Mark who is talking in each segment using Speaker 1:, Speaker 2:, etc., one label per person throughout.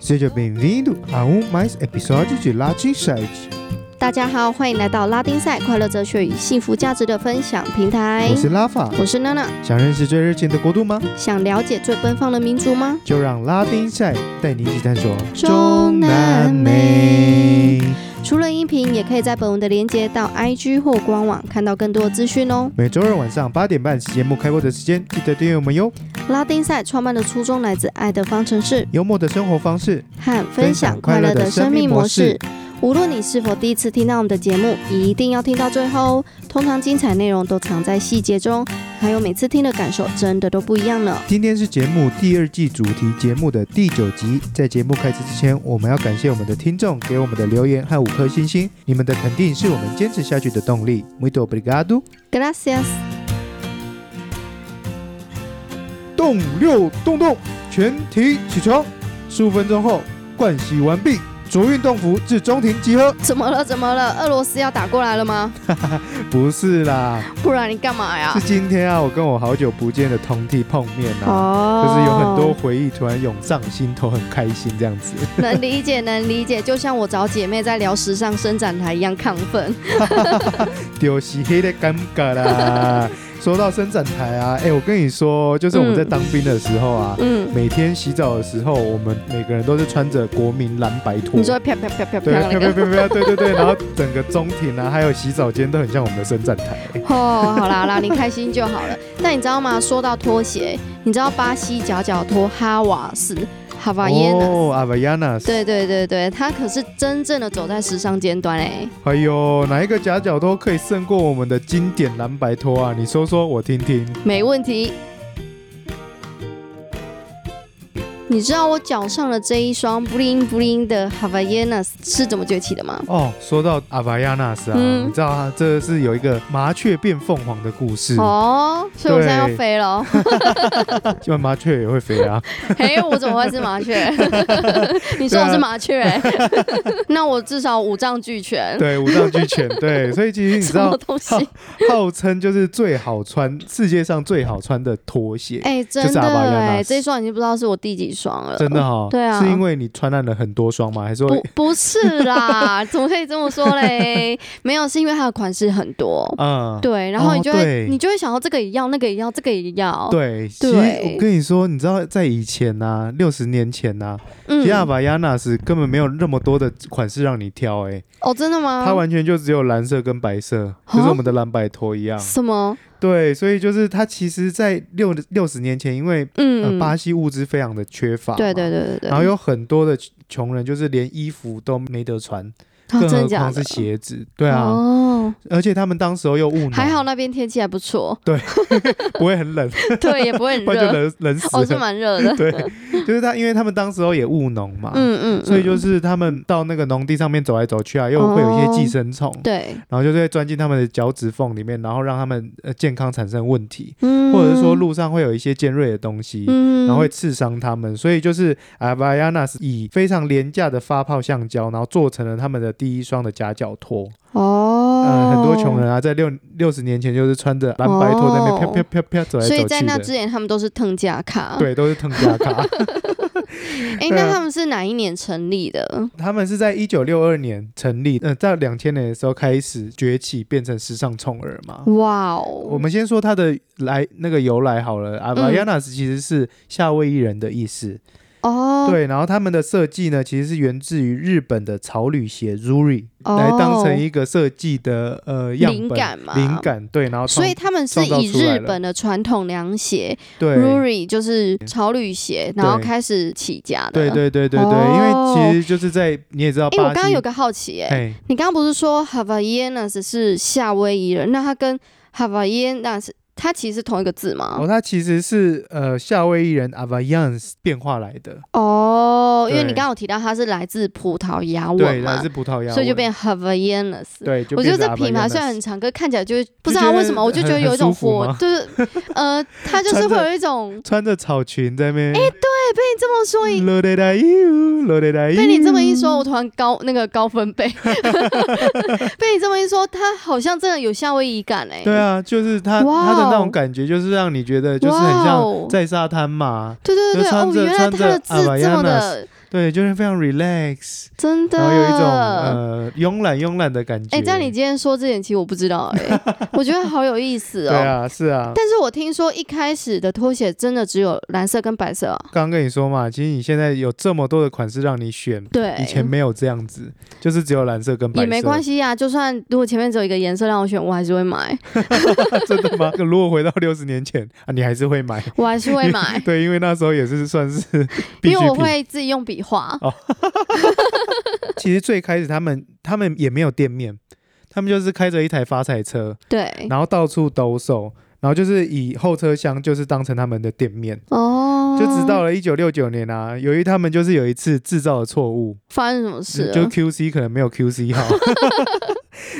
Speaker 1: Seja bem-vindo a um mais episódio de Latin Site。
Speaker 2: 大家好，欢迎来到拉丁赛快乐哲学与幸福价值的分享平台
Speaker 1: 我。是拉法，
Speaker 2: 我是娜娜，
Speaker 1: 想认识最热情的国度吗？
Speaker 2: 想了解最奔放的民族吗？
Speaker 1: 就让拉丁赛带你一起探索
Speaker 2: 中南美。除了音频，也可以在本文的连接到 IG 或官网看到更多资讯哦。
Speaker 1: 每周二晚上八点半是节目开播的时间，记得订阅我们哟。
Speaker 2: 拉丁赛创办的初衷来自爱的方程式
Speaker 1: 幽默的生活方式，
Speaker 2: 和分享快乐的生命模式。无论你是否第一次听到我们的节目，一定要听到最后哦。通常精彩内容都藏在细节中，还有每次听的感受真的都不一样呢。
Speaker 1: 今天是节目第二季主题节目的第九集。在节目开始之前，我们要感谢我们的听众给我们的留言和五颗星星，你们的肯定是我们坚持下去的动力。Muito obrigado。
Speaker 2: Gracias。
Speaker 1: 动六动动，全体起床。十五分钟后，盥洗完毕，着运动服至中庭集合。
Speaker 2: 怎么了？怎么了？俄罗斯要打过来了吗？
Speaker 1: 不是啦，
Speaker 2: 不然你干嘛呀
Speaker 1: 是？今天啊，我跟我好久不见的同弟碰面啊，
Speaker 2: 哦
Speaker 1: 就是有很多回忆突然涌上心头，很开心这样子。
Speaker 2: 能理解，能理解，就像我找姐妹在聊时尚伸展台一样亢奋。
Speaker 1: 就是黑的尴尬 啦。说到伸展台啊，哎、我跟你说，就是我们在当兵的时候啊，
Speaker 2: 嗯，
Speaker 1: 每天洗澡的时候，我们每个人都是穿着国民蓝白拖。
Speaker 2: 你说啪啪啪啪
Speaker 1: 对，
Speaker 2: 啪
Speaker 1: 啪
Speaker 2: 那
Speaker 1: 啪
Speaker 2: 个。
Speaker 1: 啪啪，对对对，然后整个中庭啊，还 有洗澡间都很像我们的伸展台。
Speaker 2: 哦，好啦好啦，你开心就好了。但你知道吗？说到拖鞋，你知道巴西夹脚拖哈瓦斯哈瓦耶呢？
Speaker 1: 哦，阿维亚纳斯，
Speaker 2: 对对对对，它可是真正的走在时尚尖端哎。
Speaker 1: 哎呦，哪一个夹脚拖可以胜过我们的经典蓝白拖啊？你说说我听听。
Speaker 2: 没问题。你知道我脚上的这一双 bling bling 的 Havaianas 是怎么崛起的吗？
Speaker 1: 哦，说到阿维亚纳斯啊，
Speaker 2: 嗯
Speaker 1: 你知道啊，这是有一个麻雀变凤凰的故事，
Speaker 2: 哦，所以我现在要飞了哦。
Speaker 1: 因为麻雀也会飞 啊。
Speaker 2: 嘿，我怎么会是 麻雀？你说我是麻雀、欸 那我至少五脏俱全。
Speaker 1: 啊对，五脏俱全。对，所以其实你知
Speaker 2: 什么
Speaker 1: 道，哦
Speaker 2: 东西
Speaker 1: 号？号称就是最好穿世界上最好穿的拖鞋，
Speaker 2: 哎、真
Speaker 1: 就是
Speaker 2: 的
Speaker 1: 阿巴亚
Speaker 2: 哎、
Speaker 1: 纳斯
Speaker 2: 这一双已经不知道是我第几双了。
Speaker 1: 真的哈、
Speaker 2: 对啊
Speaker 1: 是因为你穿烂了很多双吗？还是
Speaker 2: 不
Speaker 1: 说，
Speaker 2: 不是啦， 怎么可以这么说嘞？没有，是因为它的款式很多。
Speaker 1: 嗯，
Speaker 2: 对，然后你就
Speaker 1: 哦
Speaker 2: 会、
Speaker 1: 对
Speaker 2: 你就会想到这个也要，那个也要，这个也要。，
Speaker 1: 对，其实
Speaker 2: 哦对
Speaker 1: 我跟你说，你知道在以前呐、啊，六十年前呐、啊，
Speaker 2: 嗯
Speaker 1: 亚巴亚纳斯根本没有那么多的款式让你挑、欸，
Speaker 2: 哦，真的吗？
Speaker 1: 它完全就只有蓝色跟白色，就是
Speaker 2: 哦
Speaker 1: 我们的蓝白拖一样。
Speaker 2: 什么？
Speaker 1: 对，所以就是它其实，在六六十年前，因为、呃
Speaker 2: 嗯，
Speaker 1: 巴西物资非常的缺乏嘛，
Speaker 2: 对对对对对。啊
Speaker 1: 然后有很多的穷人就是连衣服都没得穿，
Speaker 2: 啊
Speaker 1: 更
Speaker 2: 真
Speaker 1: 何
Speaker 2: 的假
Speaker 1: 况
Speaker 2: 的
Speaker 1: 是？鞋子。对啊，
Speaker 2: 哦，
Speaker 1: 而且他们当时候又务农，
Speaker 2: 还好那边天气还不错，
Speaker 1: 不会 很冷，
Speaker 2: 对，也不 会很
Speaker 1: 不然就
Speaker 2: 热。
Speaker 1: 冷冷死
Speaker 2: 哦，是
Speaker 1: 了。
Speaker 2: 蛮热的。
Speaker 1: 对，就是他，因为他们当时候也务农嘛，
Speaker 2: 嗯嗯，
Speaker 1: 所以
Speaker 2: 嗯
Speaker 1: 就是他们到那个农地上面走来走去啊，又会有一些寄生虫，
Speaker 2: 哦对，
Speaker 1: 然后就是会钻进他们的脚趾缝里面，然后让他们呃健康产生问题，
Speaker 2: 嗯，
Speaker 1: 或者是说，路上会有一些尖锐的东西。
Speaker 2: 嗯，
Speaker 1: 然后会刺伤他们，所以就是阿巴亚纳斯以非常廉价的发泡橡胶，然后做成了他们的第一双的夹脚拖。
Speaker 2: 哦、
Speaker 1: 呃，很多穷人啊，在六六十年前就是穿着蓝白拖在那边
Speaker 2: 哦
Speaker 1: 飘飘飘飘走来
Speaker 2: 所以
Speaker 1: 走
Speaker 2: 在
Speaker 1: 去
Speaker 2: 那
Speaker 1: 的，
Speaker 2: 之前他们都是腾家卡。，
Speaker 1: 对， 都是腾家卡。
Speaker 2: 哎、
Speaker 1: 对啊
Speaker 2: 那他们是哪一年成立的？
Speaker 1: 他们是在一九六二年成立，呃，在两千年的时候开始崛起，变成时尚宠儿嘛。
Speaker 2: 哇
Speaker 1: 我
Speaker 2: 哦，
Speaker 1: 们先说它的来那个由来好了，阿
Speaker 2: 嗯
Speaker 1: 巴亚纳斯其实是夏威夷人的意思，
Speaker 2: 哦，
Speaker 1: 对，然后他们的设计呢，其实是源自于日本的草履鞋 Zuri，、来当成
Speaker 2: 哦
Speaker 1: 一个设计的呃样本
Speaker 2: 灵感嘛
Speaker 1: 灵感对，然后
Speaker 2: 哦所
Speaker 1: 创
Speaker 2: 以他们是
Speaker 1: 创造
Speaker 2: 以
Speaker 1: 出来
Speaker 2: 日
Speaker 1: 了
Speaker 2: 本的传统凉鞋
Speaker 1: 对
Speaker 2: Ruri 就是草履鞋，然后
Speaker 1: 对
Speaker 2: 开始起家的。
Speaker 1: 对对对对对，
Speaker 2: 哦
Speaker 1: 因为其实就是在你也知道巴
Speaker 2: 哎、
Speaker 1: 西，
Speaker 2: 我刚刚有个好奇、哎，
Speaker 1: 哎，
Speaker 2: 你刚刚不是说 Havaianas 是夏威夷人？那它跟 Havaianas 它其实是同一个字
Speaker 1: 哦，
Speaker 2: 吗？
Speaker 1: 它其实是呃夏威夷人 Avayans 变化来的，
Speaker 2: 哦，因为
Speaker 1: 对
Speaker 2: 你刚刚有提到它是来自葡萄牙文
Speaker 1: 对，来
Speaker 2: 嘛
Speaker 1: 自，葡萄牙文，
Speaker 2: 所以就变 Havaianas。
Speaker 1: 对，就
Speaker 2: 我觉
Speaker 1: 变
Speaker 2: 得
Speaker 1: 成
Speaker 2: 这品牌
Speaker 1: Havaianas
Speaker 2: 虽然很长，可是看起来就是不知
Speaker 1: 觉
Speaker 2: 道
Speaker 1: 得
Speaker 2: 为什么，我就觉得
Speaker 1: 很
Speaker 2: 有一种
Speaker 1: 很舒服
Speaker 2: 火
Speaker 1: 吗，
Speaker 2: 就是呃，它就是
Speaker 1: 穿
Speaker 2: 会
Speaker 1: 着
Speaker 2: 有一种
Speaker 1: 穿着嗯草裙在那边，哎，
Speaker 2: 被你这么说一
Speaker 1: 对，罗雷达 u，罗雷达 u，
Speaker 2: 被你这么一说，我突然高那个高分贝。 被你这么一说，它好像真的有夏威夷感哎、
Speaker 1: 对，啊，就是它
Speaker 2: 哇
Speaker 1: 它的那
Speaker 2: 哦
Speaker 1: 种感觉，就是让你觉得就是很
Speaker 2: 哇
Speaker 1: 像
Speaker 2: 哦
Speaker 1: 在沙滩嘛，
Speaker 2: 对对对
Speaker 1: 就
Speaker 2: 对，
Speaker 1: 穿
Speaker 2: 哦，
Speaker 1: 着啊
Speaker 2: 原来它的字
Speaker 1: 穿着
Speaker 2: 这么的
Speaker 1: 对，就是非常 relax，
Speaker 2: 真的。
Speaker 1: 然后有一种呃慵懒慵懒的感觉。
Speaker 2: 哎、这样你今天说这点，其实我不知道哎、 我觉得好有意思
Speaker 1: 对
Speaker 2: 哦。
Speaker 1: 啊，是啊。
Speaker 2: 但是我听说一开始的拖鞋真的只有蓝色跟白色啊。
Speaker 1: 刚刚跟你说嘛，其实你现在有这么多的款式让你选，
Speaker 2: 对，
Speaker 1: 以前没有这样子，就是只有蓝色跟白色。
Speaker 2: 也没关
Speaker 1: 系，
Speaker 2: 系呀、就算如果前面只有一个颜色让我选，我还是会买，
Speaker 1: 真的吗？如果回到六十年前啊，你还是会买。
Speaker 2: 我还是会买，
Speaker 1: 对，因为那时候也是算是必
Speaker 2: 因
Speaker 1: 需
Speaker 2: 为我
Speaker 1: 品。
Speaker 2: 会自己用笔画。
Speaker 1: 其实最开始他们他们也没有店面，他们就是开着一台发财车，
Speaker 2: 对，
Speaker 1: 然后到处兜售，然后就是以后车厢就是当成他们的店面。
Speaker 2: 哦，
Speaker 1: 就直到了一九六九年啊，由于他们就是有一次制造的错误，
Speaker 2: 发生什么事
Speaker 1: 就
Speaker 2: 了。
Speaker 1: QC 可能没有 QC 好，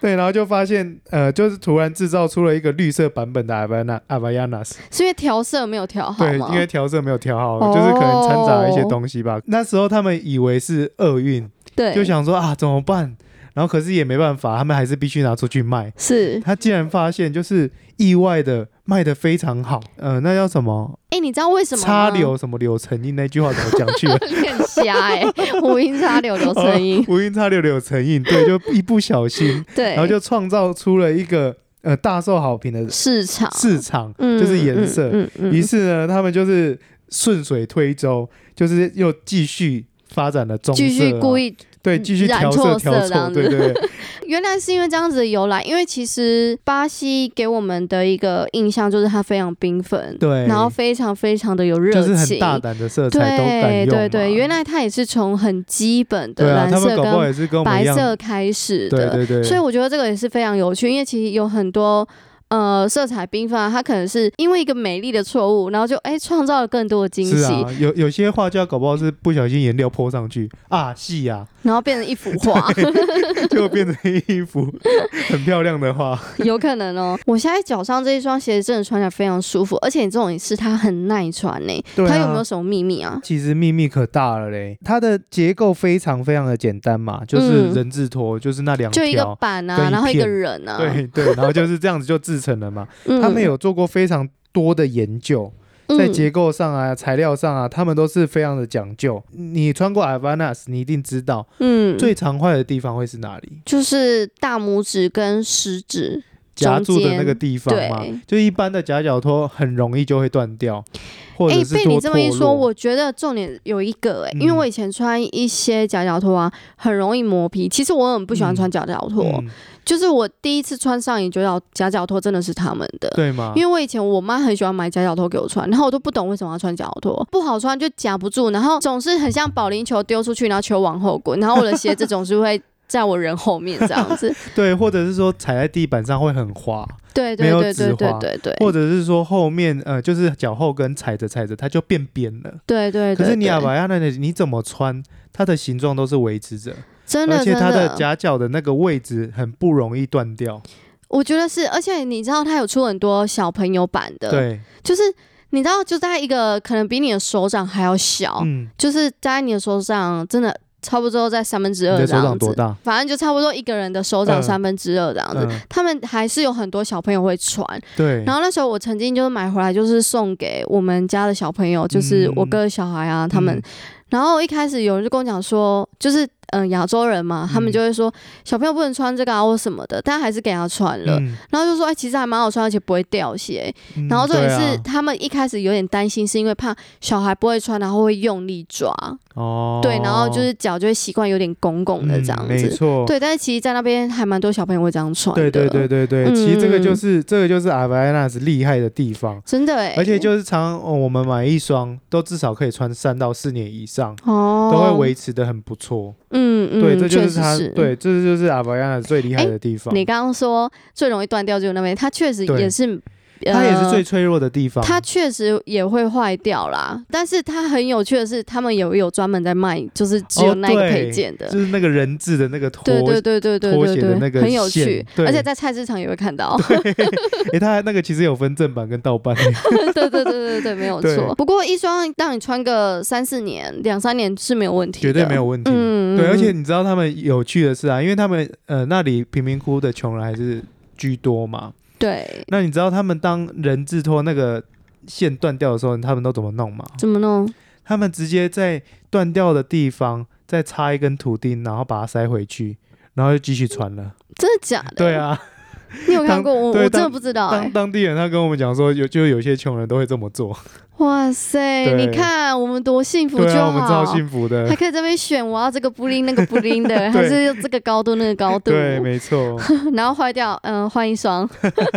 Speaker 1: 对，然后就发现呃，就是突然制造出了一个绿色版本的 Avana Avanas，
Speaker 2: 是因为调色没有调好
Speaker 1: 对，
Speaker 2: 吗？
Speaker 1: 因为调色没有调好，
Speaker 2: 哦
Speaker 1: 就是可能掺杂了一些东西吧。那时候他们以为是厄运，
Speaker 2: 对，
Speaker 1: 就想说啊怎么办？然后可是也没办法，他们还是必须拿出去卖。
Speaker 2: 是。
Speaker 1: 他竟然发现就是意外的卖的非常好，呃，那叫什么？
Speaker 2: 哎、你知道为什么吗
Speaker 1: 插柳什么柳成荫那句话怎么 讲去了？
Speaker 2: 你很瞎哎、五音插柳柳成荫，
Speaker 1: 无音插柳柳成荫，对，就一不小心，
Speaker 2: 对，
Speaker 1: 哦然后就创造出了一个呃大受好评的
Speaker 2: 市场，
Speaker 1: 市场，
Speaker 2: 嗯，
Speaker 1: 就是颜色。
Speaker 2: 嗯嗯
Speaker 1: 于
Speaker 2: 嗯，
Speaker 1: 是呢，他们就是顺水推舟，就是又继续发展了棕色啊，
Speaker 2: 继续故意，
Speaker 1: 对，继续
Speaker 2: 染
Speaker 1: 调
Speaker 2: 错
Speaker 1: 色调
Speaker 2: 色这样
Speaker 1: 错，对
Speaker 2: 子
Speaker 1: 对对，
Speaker 2: 原来是因为这样子的由来，因为其实巴西给我们的一个印象就是它非常缤纷，
Speaker 1: 对
Speaker 2: 然后非常非常的有热情，
Speaker 1: 就是很大胆的色彩都敢用
Speaker 2: 对
Speaker 1: 嘛，
Speaker 2: 对对，原来它也是从很基本
Speaker 1: 对
Speaker 2: 的
Speaker 1: 啊，
Speaker 2: 蓝
Speaker 1: 他们
Speaker 2: 色
Speaker 1: 搞不好
Speaker 2: 跟
Speaker 1: 也是跟我们
Speaker 2: 白
Speaker 1: 一样，
Speaker 2: 色开始的，
Speaker 1: 对对对，
Speaker 2: 所以我觉得这个也是非常有趣，因为其实有很多呃色彩缤纷啊，它可能是因为一个美丽的错误，然后就哎创造了更多的惊
Speaker 1: 是
Speaker 2: 喜，
Speaker 1: 啊，有有些画家搞不好是不小心颜料泼上去啊，戏呀、
Speaker 2: 然后变成一幅 画，
Speaker 1: 啊，就变成一 幅很漂亮的画。
Speaker 2: 有可能哦。我现在脚上这一双鞋子真的穿起来非常舒服，而且你这种也是它很耐穿呢、
Speaker 1: 对啊
Speaker 2: 它有没有什么秘密啊？
Speaker 1: 其实秘密可大了嘞，它的结构非常非常的简单嘛，就是
Speaker 2: 嗯
Speaker 1: 人字拖，就是那两
Speaker 2: 就一个
Speaker 1: 条，
Speaker 2: 板
Speaker 1: 跟一
Speaker 2: 啊，
Speaker 1: 片
Speaker 2: 然后一个人啊，
Speaker 1: 对对，然后就是这样子就制成了嘛。
Speaker 2: 嗯，
Speaker 1: 他们有做过非常多的研究，
Speaker 2: 嗯
Speaker 1: 在结构上啊、材料上啊，他们都是非常的讲究。你穿过 Avanas，你一定知道
Speaker 2: 嗯，
Speaker 1: 最常坏的地方会是哪里，
Speaker 2: 就是大拇指跟食指，
Speaker 1: 夹住的那个地方嘛
Speaker 2: 中间
Speaker 1: 就
Speaker 2: 对。
Speaker 1: 一般的夹脚拖很容易就会断掉，或者
Speaker 2: 诶
Speaker 1: 是
Speaker 2: 被你
Speaker 1: 多
Speaker 2: 这么一
Speaker 1: 脱
Speaker 2: 说，
Speaker 1: 落
Speaker 2: 我觉得重点有一个哎、
Speaker 1: 嗯
Speaker 2: 因为我以前穿一些夹脚拖啊，很容易磨皮。其实我很不喜欢穿夹脚拖，
Speaker 1: 嗯
Speaker 2: 就是我第一次穿上瘾就要夹脚拖，真的是他们的。
Speaker 1: 对吗？
Speaker 2: 因
Speaker 1: 为
Speaker 2: 为我以前我妈很喜欢买夹脚拖给我穿，然后我都不懂为什么要穿夹脚拖，不好穿就夹不住，然后总是很像保龄球丢出去，然后球往后滚，然后我的鞋子总是会在我人后面这样子。
Speaker 1: 对，或者是说踩在地板上会很滑，
Speaker 2: 对
Speaker 1: 没
Speaker 2: 对
Speaker 1: 有
Speaker 2: 对
Speaker 1: 止
Speaker 2: 对对
Speaker 1: 滑
Speaker 2: 对对，
Speaker 1: 或者是说后面呃，就是脚后跟踩着踩着它就变扁了。
Speaker 2: 对对
Speaker 1: 可
Speaker 2: 对。
Speaker 1: 是你
Speaker 2: 对
Speaker 1: 亚瓦亚那里你怎么穿，它的形状都是维持着，
Speaker 2: 真的
Speaker 1: 而且
Speaker 2: 真
Speaker 1: 它的夹脚的那个位置很不容易断掉。
Speaker 2: 我觉得是，而且你知道它有出很多小朋友版的，，
Speaker 1: 对，
Speaker 2: 就是你知道，就在一个可能比你的手掌还要小，
Speaker 1: 嗯，
Speaker 2: 就是在你的手掌真的差不多在三分之
Speaker 1: 你
Speaker 2: 二
Speaker 1: 的手
Speaker 2: 这
Speaker 1: 掌
Speaker 2: 样
Speaker 1: 多
Speaker 2: 子，
Speaker 1: 大？
Speaker 2: 反正就差不多一个人的手掌
Speaker 1: 嗯
Speaker 2: 三分之二这样子。
Speaker 1: 嗯，
Speaker 2: 他们还是有很多小朋友会穿，
Speaker 1: 对，
Speaker 2: 然后那时候我曾经就是买回来，就是送给我们家的小朋友，就是我哥的小孩啊，他们
Speaker 1: 嗯。
Speaker 2: 然后一开始有人就跟我讲说，就是嗯亚洲人嘛，他们
Speaker 1: 嗯
Speaker 2: 就会说小朋友不能穿这个啊或什么的，但还是给他穿了。
Speaker 1: 嗯
Speaker 2: 然后就说，哎、其实还蛮好穿，而且不会掉鞋。
Speaker 1: 嗯
Speaker 2: 然后重点
Speaker 1: 对
Speaker 2: 是，
Speaker 1: 啊
Speaker 2: 他们一开始有点担心，是因为怕小孩不会穿，然后会用力抓，
Speaker 1: 哦，
Speaker 2: 对，然后就是脚就会习惯有点拱拱的这样
Speaker 1: 嗯没
Speaker 2: 子。
Speaker 1: 错，
Speaker 2: 对，但是其实，在那边还蛮多小朋友会这样穿
Speaker 1: 对
Speaker 2: 的。
Speaker 1: 对对，对对，
Speaker 2: 嗯
Speaker 1: 其实这个就是这个就是阿莱纳斯厉害的地方，
Speaker 2: 真的哎、
Speaker 1: 而且就是常、哦我们买一双都至少可以穿三到四年以上，
Speaker 2: 哦，
Speaker 1: 都会维持的很不错。
Speaker 2: 嗯嗯，
Speaker 1: 对，这就
Speaker 2: 确
Speaker 1: 是
Speaker 2: 实
Speaker 1: 它
Speaker 2: 是。哎
Speaker 1: 对，这就是阿莱纳斯最厉害的地方，
Speaker 2: 你刚刚说最容易断掉就是那边，它确实
Speaker 1: 对
Speaker 2: 也是，
Speaker 1: 它也是
Speaker 2: 呃
Speaker 1: 最脆弱的地方。
Speaker 2: 它确实也会坏掉啦，但是它很有趣的是，他们有有专门在卖，就是只有
Speaker 1: 哦
Speaker 2: 那个
Speaker 1: 对
Speaker 2: 配件的，
Speaker 1: 就是那个人字的那个拖，
Speaker 2: 对对对对对
Speaker 1: 拖
Speaker 2: 对
Speaker 1: 鞋
Speaker 2: 对，
Speaker 1: 的那个
Speaker 2: 很有趣
Speaker 1: 线，对
Speaker 2: 而且在菜市场也会看 到。
Speaker 1: 诶，它那个其实有分正版跟盗版。
Speaker 2: 对对对对对对，没有
Speaker 1: 对
Speaker 2: 错。不过一双让你穿个三四年、两三年是没有问题的，
Speaker 1: 绝对没有问题
Speaker 2: 嗯，
Speaker 1: 对，而且
Speaker 2: 嗯
Speaker 1: 你知道他们有趣的是啊，因为他们呃那里贫民窟的穷人还是居多嘛，
Speaker 2: 对
Speaker 1: 那你知道他们当人字拖那个线断掉的时候，他们都怎么弄吗？
Speaker 2: 怎么弄？
Speaker 1: 他们直接在断掉的地方再插一根图钉，然后把它塞回去，然后就继续传了。
Speaker 2: 真的假的？
Speaker 1: 对，啊，
Speaker 2: 你有看过我？
Speaker 1: 对
Speaker 2: 我真的
Speaker 1: 当
Speaker 2: 不知道、
Speaker 1: 当
Speaker 2: 欸。
Speaker 1: 当地人他跟我们讲说，有就有些穷人都会这么做。
Speaker 2: 哇塞，
Speaker 1: 对
Speaker 2: 你看我们多幸福
Speaker 1: 对
Speaker 2: 就
Speaker 1: 啊，
Speaker 2: 好，
Speaker 1: 我们超幸福的
Speaker 2: 还。可以这边选我要这个布灵那个布灵 的，
Speaker 1: 对
Speaker 2: 还是这个高度那个高度，
Speaker 1: 对，没 错。
Speaker 2: 然后坏掉，嗯，换 一双。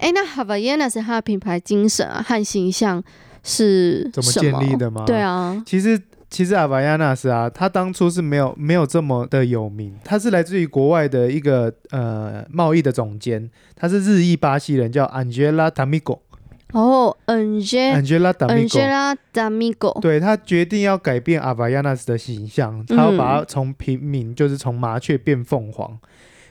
Speaker 2: 哎、那 Havaianas 它的品牌精神啊和形象是
Speaker 1: 怎么
Speaker 2: 什
Speaker 1: 建立的吗？
Speaker 2: 对啊，
Speaker 1: 其实其实阿巴亚纳斯啊，他当初是没有没有这么的有名，他是来自于国外的一个呃贸易的总监，他是日裔巴西人，叫 Angela Tamigo。
Speaker 2: 哦，Angel
Speaker 1: Angela Tamigo。
Speaker 2: Angela D'Amigo，
Speaker 1: 对他决定要改变阿巴亚纳斯的形象，他要把它从平民，就是从麻雀变凤凰，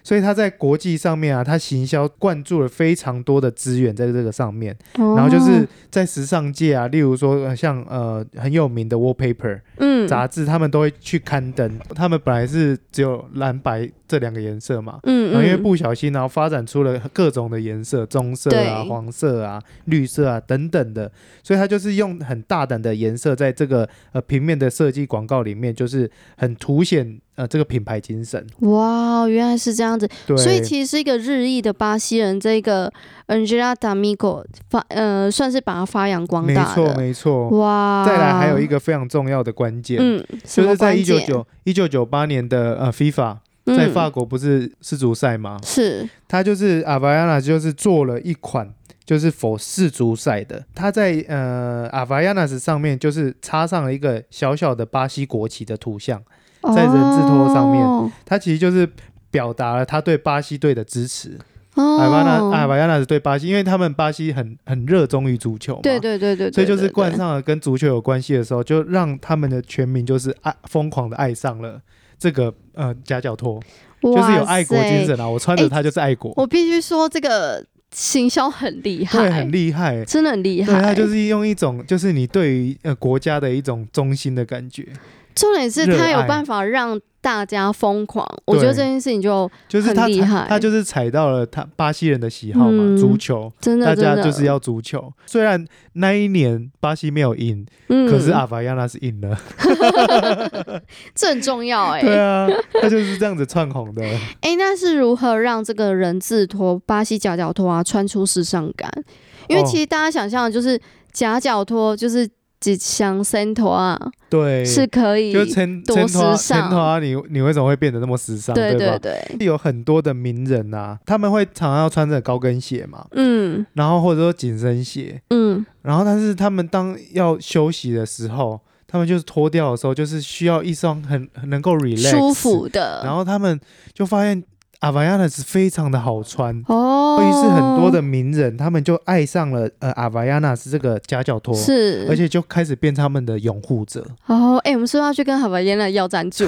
Speaker 1: 所以他在国际上面啊，他行销灌注了非常多的资源在这个上面，
Speaker 2: 哦
Speaker 1: 然后就是在时尚界啊，例如说呃像呃很有名的 Wallpaper，
Speaker 2: 嗯
Speaker 1: 杂志，他们都会去刊登。他们本来是只有蓝白这两个颜色嘛，
Speaker 2: 嗯
Speaker 1: 然后因为不小心，然后发展出了各种的颜色，棕色啊、
Speaker 2: 对
Speaker 1: 黄色啊、绿色啊等等的，所以他就是用很大胆的颜色，在这个呃平面的设计广告里面，就是很凸显呃这个品牌精神。
Speaker 2: 哇，原来是这样子，
Speaker 1: 对，
Speaker 2: 所以其实是一个日裔的巴西人，这个 Angela D'Amigo 发呃算是把它发扬光
Speaker 1: 没
Speaker 2: 大
Speaker 1: 错
Speaker 2: 的，
Speaker 1: 没错。
Speaker 2: 哇。
Speaker 1: 再来还有一个非常重要的关键，
Speaker 2: 嗯，什
Speaker 1: 就
Speaker 2: 么
Speaker 1: 是在
Speaker 2: 关
Speaker 1: 一九
Speaker 2: 键
Speaker 1: 九一九九八年的呃 FIFA 在
Speaker 2: 嗯
Speaker 1: 法国不是世足赛吗？
Speaker 2: 是
Speaker 1: 他就是阿巴亚纳，就是做了一款就是否世足赛的，他在呃阿巴亚纳斯上面就是插上了一个小小的巴西国旗的图像，在人字拖上面
Speaker 2: 哦
Speaker 1: 他其实就是表达了他对巴西队的支持。
Speaker 2: 哦，
Speaker 1: 阿巴纳阿巴亚纳斯对巴西，因为他们巴西很很热衷于足球嘛，
Speaker 2: 对对对对对，
Speaker 1: 所以就是
Speaker 2: 对
Speaker 1: 冠，上了跟足球有关系的时候，就让他们的全民就是爱疯狂的爱上了这个呃夹脚拖，
Speaker 2: 对
Speaker 1: 就是有爱国精。
Speaker 2: 哇塞
Speaker 1: 神啊！我穿着
Speaker 2: 哎
Speaker 1: 它就是爱国，
Speaker 2: 我必须说，这个行销很厉害，
Speaker 1: 对，很厉害欸、
Speaker 2: 真的很厉害。
Speaker 1: 对，他就是用一种就是你对于呃国家的一种忠心的感觉，
Speaker 2: 重点是
Speaker 1: 热
Speaker 2: 他有
Speaker 1: 爱
Speaker 2: 办法让大家疯狂，我觉得这
Speaker 1: 对
Speaker 2: 件事情就
Speaker 1: 就是
Speaker 2: 很
Speaker 1: 他
Speaker 2: 厉害
Speaker 1: 踩他就是踩到了他巴西人的喜好嘛，
Speaker 2: 嗯
Speaker 1: 足球。
Speaker 2: 真的
Speaker 1: 大家
Speaker 2: 真的
Speaker 1: 就是要足球，虽然那一年巴西没有赢，
Speaker 2: 嗯，
Speaker 1: 可是阿啊法亚纳是赢了。
Speaker 2: 这很重要哎、
Speaker 1: 对啊，他就是这样子窜红 的。
Speaker 2: 哎、那是如何让这个人字拖、巴西夹脚拖啊穿出时尚感？因为
Speaker 1: 哦
Speaker 2: 其实大家想象的就是夹脚拖就是几箱三头啊，
Speaker 1: 对，
Speaker 2: 是可以，
Speaker 1: 就是陈
Speaker 2: 多
Speaker 1: 陈华
Speaker 2: 时
Speaker 1: 陈
Speaker 2: 尚
Speaker 1: 华，啊你你为什么会变得那么时尚？
Speaker 2: 对对
Speaker 1: 吧？
Speaker 2: 对，
Speaker 1: 有很多的名人啊，他们会常常要穿着高跟鞋嘛，
Speaker 2: 嗯
Speaker 1: 然后或者说紧身鞋，
Speaker 2: 嗯，
Speaker 1: 然后，但是他们当要休息的时候，他们就是脱掉的时候，就是需要一双很很能够 relax
Speaker 2: 舒。服的，
Speaker 1: 然后他们就发现阿瓦亚纳斯非常的好穿，
Speaker 2: 哦，
Speaker 1: 于是很多的名人他们就爱上了呃阿瓦亚纳斯这个夹脚拖，
Speaker 2: 是，
Speaker 1: 而且就开始变他们的拥护者。
Speaker 2: 哦，哎、我们是不是要去跟海白烟来要赞 助？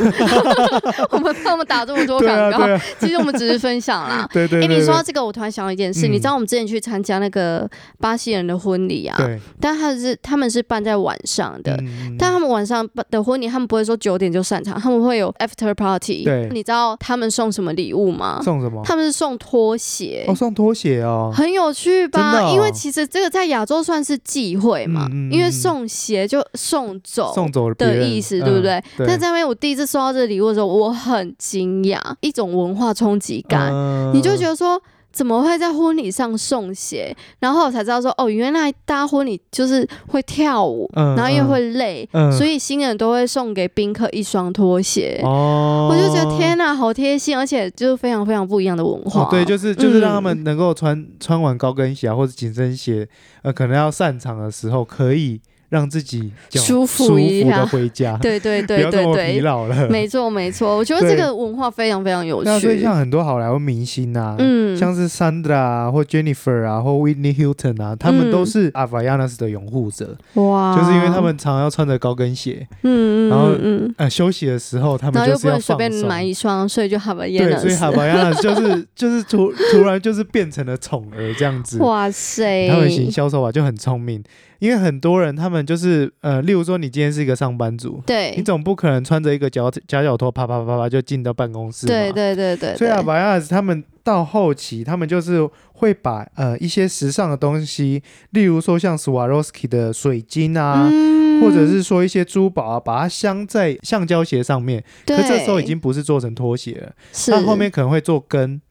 Speaker 2: 我们帮我们打这么多
Speaker 1: 对
Speaker 2: 广
Speaker 1: 啊，
Speaker 2: 告，
Speaker 1: 对啊，
Speaker 2: 其实我们只是分享啦。
Speaker 1: 对对
Speaker 2: 哎、
Speaker 1: 对对。
Speaker 2: 你说到这个，我突然想到一件事，
Speaker 1: 嗯
Speaker 2: 你知道我们之前去参加那个巴西人的婚礼啊，
Speaker 1: 对，
Speaker 2: 但他是他们是办在晚上的，
Speaker 1: 嗯
Speaker 2: 但他们晚上的婚礼，他们不会说九点就散场，他们会有 after party。
Speaker 1: 对
Speaker 2: 你知道他们送什么礼物吗？
Speaker 1: 送什么？
Speaker 2: 他们是送拖鞋，
Speaker 1: 哦，送拖鞋哦。
Speaker 2: 很有趣吧？
Speaker 1: 真的哦
Speaker 2: 因为其实这个在亚洲算是忌讳嘛，
Speaker 1: 嗯嗯嗯
Speaker 2: 因为送鞋就送走。
Speaker 1: 送走了别
Speaker 2: 的
Speaker 1: 人
Speaker 2: 意思，对不
Speaker 1: 嗯
Speaker 2: 对？
Speaker 1: 对
Speaker 2: 但在那边我第一次收到这个礼物的时候，我很惊讶，一种文化冲击感，
Speaker 1: 嗯
Speaker 2: 你就觉得说。怎么会在婚礼上送鞋？然后我才知道说，哦，原来大家婚礼就是会跳舞，
Speaker 1: 嗯
Speaker 2: 然后又会累，
Speaker 1: 嗯
Speaker 2: 所以新人都会送给宾客一双拖鞋。
Speaker 1: 哦，
Speaker 2: 我就觉得天哪，好贴心，而且就是非常非常不一样的文化。
Speaker 1: 哦，对，就是就是让他
Speaker 2: 嗯
Speaker 1: 们能够穿、穿完高跟鞋啊，或者紧身鞋，呃，可能要散场的时候，可以让自己脚
Speaker 2: 舒服
Speaker 1: 舒
Speaker 2: 一
Speaker 1: 服
Speaker 2: 下
Speaker 1: 的回家，
Speaker 2: 对对对
Speaker 1: 不要这
Speaker 2: 对
Speaker 1: 么疲
Speaker 2: 对，
Speaker 1: 劳 了。
Speaker 2: 没错没错，我觉得这
Speaker 1: 对
Speaker 2: 个文化非常非常有
Speaker 1: 那所以
Speaker 2: 趣。
Speaker 1: 像很多好莱坞明星啊，
Speaker 2: 嗯
Speaker 1: 像是 Sandra 啊，或 Jennifer 啊，或 Whitney Houston 啊，他们
Speaker 2: 嗯哦
Speaker 1: 都是 Avayanas 的拥护者，
Speaker 2: 哇，
Speaker 1: 就是因为他们常要穿着高跟鞋，
Speaker 2: 嗯，嗯嗯，
Speaker 1: 然后
Speaker 2: 嗯，
Speaker 1: 呃，休息的时候他
Speaker 2: 然
Speaker 1: 们
Speaker 2: 后
Speaker 1: 就
Speaker 2: 又
Speaker 1: 是
Speaker 2: 不
Speaker 1: 要
Speaker 2: 能随
Speaker 1: 放
Speaker 2: 便
Speaker 1: 松。
Speaker 2: 买一双，所以就哈巴耶
Speaker 1: 对，所以
Speaker 2: 了。
Speaker 1: Havayanas 就是就是突突然就是变成了宠儿这样子。
Speaker 2: 哇塞，
Speaker 1: 他们行销手法就很聪明，因为很多人他们就是呃，例如说你今天是一个上班族，你
Speaker 2: 对
Speaker 1: 总不可能穿着一个脚夹脚拖啪啪啪啪就进到办公室嘛。
Speaker 2: 对对对对，
Speaker 1: 所以
Speaker 2: 对
Speaker 1: 啊，白亚斯他们到后期，他们就是会把呃一些时尚的东西，例如说像 Swarovski 的水晶啊，
Speaker 2: 嗯
Speaker 1: 或者是说一些珠宝啊，把它镶在橡胶鞋上面。
Speaker 2: 对，
Speaker 1: 可这时候已经不是做成拖鞋了，
Speaker 2: 是
Speaker 1: 它后面可能会做跟，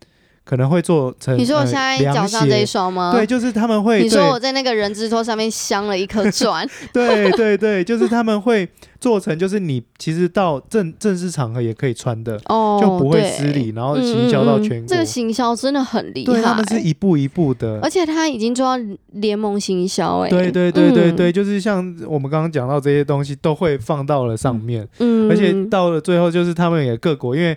Speaker 1: 可能会做成
Speaker 2: 你说我
Speaker 1: 呃
Speaker 2: 现在
Speaker 1: 凉
Speaker 2: 脚上这一
Speaker 1: 鞋
Speaker 2: 双吗？
Speaker 1: 对，。就是他们会
Speaker 2: 你说
Speaker 1: 对
Speaker 2: 我在那个人字拖上面镶了一 颗钻，
Speaker 1: 对对对，就是他们会做成，就是你其实到正正式场合也可以穿的，
Speaker 2: 哦，
Speaker 1: 就不会
Speaker 2: 对
Speaker 1: 失礼，然后
Speaker 2: 嗯
Speaker 1: 行
Speaker 2: 嗯
Speaker 1: 销到
Speaker 2: 嗯
Speaker 1: 全国。
Speaker 2: 这个行销真的很厉害，
Speaker 1: 对，他们是一步一步的
Speaker 2: 而。且他已经做到联盟行销、哎，
Speaker 1: 对对对对
Speaker 2: 嗯
Speaker 1: 对，，就是像我们刚刚讲到这些东西都会放到了上面，
Speaker 2: 嗯，
Speaker 1: 而且到了最后就是他们也各国，因为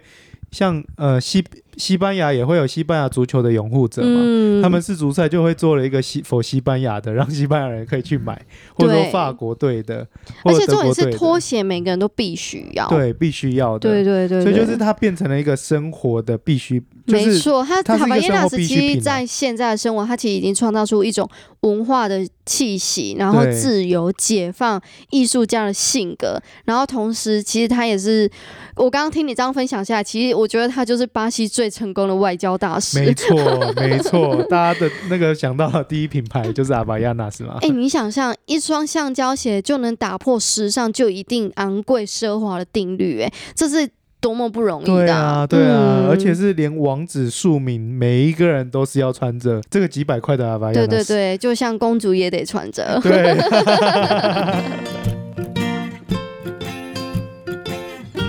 Speaker 1: 像呃西西班牙也会有西班牙足球的拥护者嘛，
Speaker 2: 嗯，
Speaker 1: 他们世足赛就会做了一个西否西班牙的，让西班牙人可以去买，或者
Speaker 2: 对
Speaker 1: 说法国队的，或
Speaker 2: 而
Speaker 1: 者德
Speaker 2: 且重
Speaker 1: 国
Speaker 2: 点
Speaker 1: 队
Speaker 2: 是
Speaker 1: 的
Speaker 2: 拖鞋，每个人都必须要，
Speaker 1: 对必须要的，
Speaker 2: 对对对，
Speaker 1: 所以就
Speaker 2: 对
Speaker 1: 是它变成了一个生活的必须，就
Speaker 2: 没
Speaker 1: 是
Speaker 2: 错，他
Speaker 1: 它是
Speaker 2: 塔
Speaker 1: 一
Speaker 2: 巴
Speaker 1: 个
Speaker 2: 耶
Speaker 1: 生
Speaker 2: 纳
Speaker 1: 活
Speaker 2: 斯
Speaker 1: 必需
Speaker 2: 其实
Speaker 1: 品啊
Speaker 2: 在现在的生活，他其实已经创造出一种文化的气息，然后
Speaker 1: 对
Speaker 2: 自由、解放、艺术家的性格，然后同时其实他也是，我刚刚听你这样分享下来，其实我觉得他就是巴西最成功的外交大使。
Speaker 1: 没错没错， 大家的那个想到的第一品牌就是阿巴亚纳 是吗？
Speaker 2: 哎、你想象一双橡胶鞋就能打破时尚就一定昂贵奢华的定律、哎，这是多么不容易
Speaker 1: 对
Speaker 2: 的、
Speaker 1: 啊，对啊，
Speaker 2: 嗯
Speaker 1: 而且是连王子庶民每一个人都是要穿着这个几百块的阿巴亚
Speaker 2: 对
Speaker 1: 纳斯，
Speaker 2: 对对，就像公主也得穿着。
Speaker 1: 对，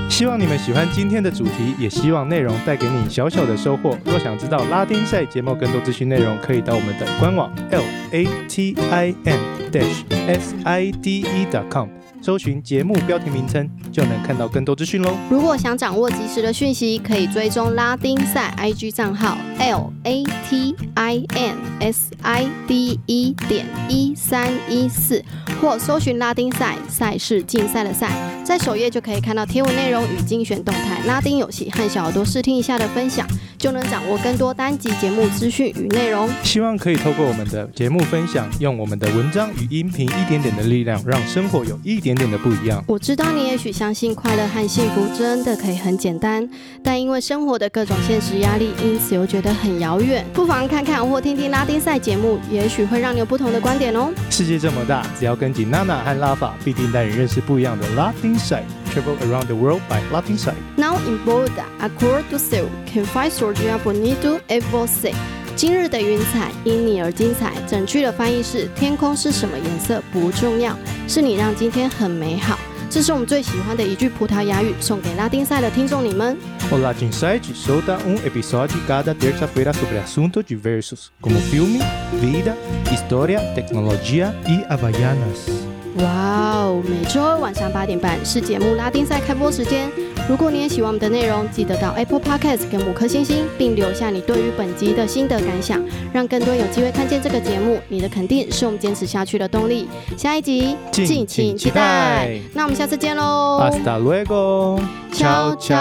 Speaker 1: 希望你们喜欢今天的主题，也希望内容带给你小小的收获。若想知道拉丁赛节目更多资讯内容，可以到我们的官网 l a t i n dash s i d e dot com 搜寻节目标题名称，就能看到更多资讯喽。
Speaker 2: 如果想掌握及时的讯息，可以追踪拉丁赛 IG 账号 L A T I N S I D E 点一三一四，或搜寻拉丁赛赛事竞赛的赛，在首页就可以看到贴文内容与精选动态、拉丁有戏和小耳朵试听一下的分享，就能掌握更多单集节目资讯与内容。
Speaker 1: 希望可以透过我们的节目分享，用我们的文章与音频一点点的力量，让生活有一点点的不一样。
Speaker 2: 我知道你也许相信快乐和幸福真的可以很简单，但因为生活的各种现实压力，因此又觉得很遥远。不妨看看或听听拉丁赛节目，也许会让你有不同的观点哦。
Speaker 1: 世界这么大，只要跟紧娜娜和拉法，必定带你认识不一样的拉丁赛。Travel around the world by Latin side。
Speaker 2: Now in Boulder, a c o r do seu, can find Sorgia bonito e você。今日的云彩因你而精彩。整句的翻译是：天空是什么颜色不重要，是你让今天很美好。这是我们最喜欢的一句葡萄牙语，送给拉丁赛的听众你们。
Speaker 1: O Latin side solta um episódio cada terça-feira sobre assuntos diversos, como filme, vida, história, tecnologia e havaianas.
Speaker 2: 哇哦！每周二晚上八点半是节目拉丁赛开播时间。如果你也喜欢我们的内容，记得到 Apple Podcast 给我们五颗星星，并留下你对于本集的心得感想，让更多人有机会看见这个节目。你的肯定是我们坚持下去的动力。下一集
Speaker 1: 敬请期待
Speaker 2: 那我们下次见喽
Speaker 1: Hasta luego.
Speaker 2: Ciao, ciao.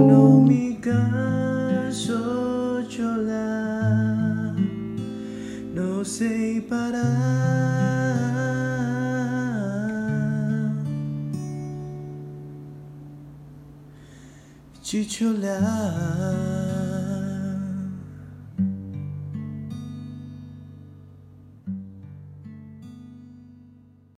Speaker 3: No me canso llorar, no sé parar. Chicholar.